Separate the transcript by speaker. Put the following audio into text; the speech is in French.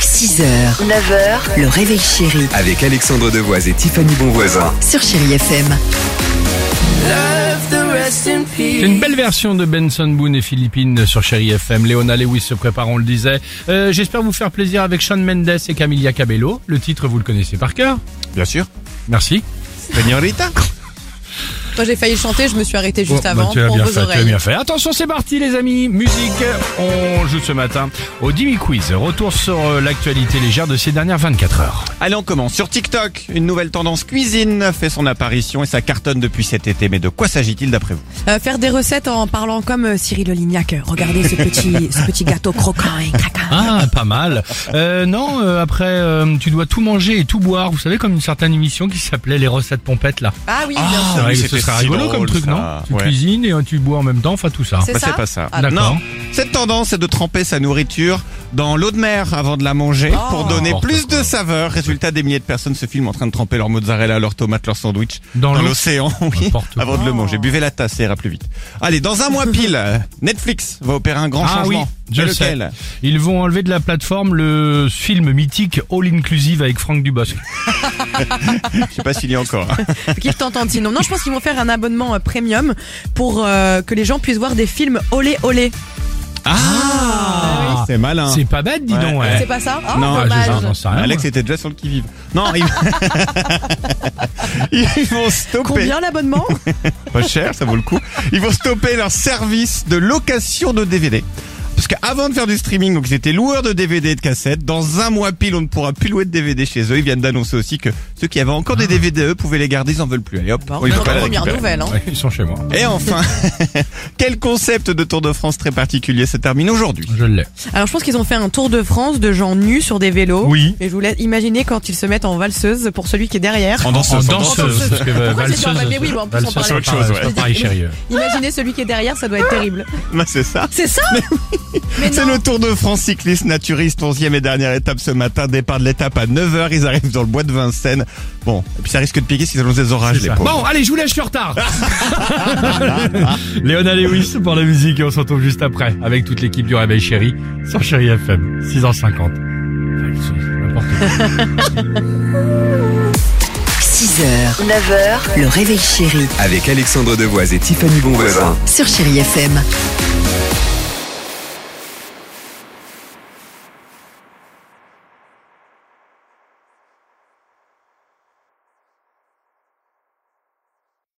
Speaker 1: 6h, 9h, le réveil chéri
Speaker 2: Avec Alexandre Devoise et Tiffany Bonvoisin.
Speaker 1: sur Chéri FM.
Speaker 3: C'est une belle version de Benson Boone et Philippines sur Chéri FM. Léona Lewis se prépare, on le disait. Euh, J'espère vous faire plaisir avec Sean Mendes et Camilla Cabello. Le titre, vous le connaissez par cœur.
Speaker 4: Bien sûr.
Speaker 3: Merci.
Speaker 4: Señorita.
Speaker 5: Moi j'ai failli chanter, je me suis arrêtée juste
Speaker 3: Bon,
Speaker 5: avant
Speaker 3: bah, tu as
Speaker 5: pour
Speaker 3: bien
Speaker 5: vos
Speaker 3: fait, tu as
Speaker 5: oreilles.
Speaker 3: bien fait. Attention, c'est parti, les amis. Musique, on joue ce matin au Dimi Quiz. Retour sur euh, l'actualité légère de ces dernières 24 heures.
Speaker 4: Allez, on commence sur TikTok. Une nouvelle tendance cuisine fait son apparition et ça cartonne depuis cet été. Mais de quoi s'agit-il d'après vous
Speaker 5: Euh, faire des recettes en parlant comme euh, Cyril Lignac. Regardez ce petit, ce petit gâteau croquant et craquant.
Speaker 3: Ah, pas mal. Euh, non, euh, après, euh, tu dois tout manger et tout boire. Vous savez, comme une certaine émission qui s'appelait Les recettes pompettes, là.
Speaker 5: Ah oui, bien sûr.
Speaker 3: C'est vrai que
Speaker 4: oui,
Speaker 3: ce
Speaker 4: c'était
Speaker 3: serait
Speaker 4: si
Speaker 3: rigolo
Speaker 4: drôle,
Speaker 3: comme truc,
Speaker 4: ça.
Speaker 3: non Tu
Speaker 4: Ouais.
Speaker 3: cuisines et euh, tu bois en même temps, enfin tout ça.
Speaker 5: C'est
Speaker 4: Bah,
Speaker 5: ça
Speaker 4: C'est pas ça.
Speaker 5: Ah,
Speaker 3: D'accord.
Speaker 4: Non. Cette tendance est de tremper sa nourriture dans l'eau de mer avant de la manger pour donner
Speaker 3: N'importe
Speaker 4: plus
Speaker 3: quoi.
Speaker 4: de saveur. Résultat, des milliers de personnes se filment en train de tremper leur mozzarella, leur tomate, leur sandwich
Speaker 3: Dans
Speaker 4: dans
Speaker 3: l'eau.
Speaker 4: l'océan oui,
Speaker 3: N'importe quoi.
Speaker 4: avant de le manger. Buvez la tasse, ça ira plus vite. Allez, dans un mois pile, euh, Netflix va opérer un grand
Speaker 3: Ah oui,
Speaker 4: changement.
Speaker 3: je
Speaker 4: Mais
Speaker 3: le sais.
Speaker 4: lequel
Speaker 3: Ils vont enlever de la plateforme le film mythique All Inclusive avec Franck Dubosc.
Speaker 4: Je sais pas s'il y a encore.
Speaker 5: Qu'ils t'entendent sinon. Non, je pense qu'ils vont faire un abonnement euh, premium pour euh, que les gens puissent voir des films olé olé.
Speaker 3: Ah,
Speaker 4: c'est malin.
Speaker 3: c'est pas bête, dis
Speaker 4: Ouais.
Speaker 3: donc.
Speaker 5: C'est
Speaker 3: ouais.
Speaker 5: pas ça Oh,
Speaker 4: Non,
Speaker 3: Ah,
Speaker 5: dommage.
Speaker 3: je- j'en sais rien,
Speaker 4: Alex
Speaker 3: moi.
Speaker 4: était déjà sur le qui-vive. Non, ils... ils vont stopper.
Speaker 5: Combien l'abonnement
Speaker 4: Pas cher, ça vaut le coup. Ils vont stopper leur service de location de DVD. Parce qu'avant de faire du streaming, donc ils étaient loueurs de DVD et de cassettes. Dans un mois pile, on ne pourra plus louer de DVD chez eux. Ils viennent d'annoncer aussi que ceux qui avaient encore des DVD, eux, pouvaient les garder, ils en veulent plus. Allez hop,
Speaker 5: Bon,
Speaker 4: on y va pas la
Speaker 5: première
Speaker 4: récupérer.
Speaker 5: nouvelle. Hein.
Speaker 3: Ouais, ils sont chez moi.
Speaker 4: Et enfin, quel concept de Tour de France très particulier se termine aujourd'hui
Speaker 3: Je l'ai.
Speaker 5: Alors je pense qu'ils ont fait un tour de France de gens nus sur des vélos.
Speaker 4: Oui.
Speaker 5: Et je vous laisse imaginer quand ils se mettent en valseuse pour celui qui est derrière.
Speaker 4: En danseuse,
Speaker 3: En
Speaker 4: en danseuse.
Speaker 3: danseuse. parce que, euh,
Speaker 5: Pourquoi c'est genre,
Speaker 3: valseuse,
Speaker 5: mais oui, bon, en plus, on
Speaker 3: valseuse,
Speaker 5: parlait
Speaker 3: c'est
Speaker 5: autre
Speaker 3: pas-
Speaker 4: chose,
Speaker 3: c'est pas
Speaker 4: ouais.
Speaker 3: pareil, chérie.
Speaker 5: Imaginez celui qui est derrière, ça doit être terrible.
Speaker 4: Bah, c'est ça.
Speaker 5: C'est ça Mais
Speaker 4: C'est
Speaker 5: non.
Speaker 4: le Tour de France cycliste naturiste, 11e et dernière étape ce matin. Départ de l'étape à 9h, ils arrivent dans le bois de Vincennes. Bon, et puis ça risque de piquer s'ils annoncent des orages, les pauvres.
Speaker 3: Bon, allez, je vous laisse, je suis en retard. Léona Lewis pour la musique et on se retrouve juste après avec toute l'équipe du Réveil Chéri sur Chéri FM, 6h50. Valseuse, n'importe quoi.
Speaker 1: 6h, 9h, le réveil chéri
Speaker 2: Avec Alexandre Devoise et Tiffany Bonvoisin.
Speaker 1: sur Chéri FM.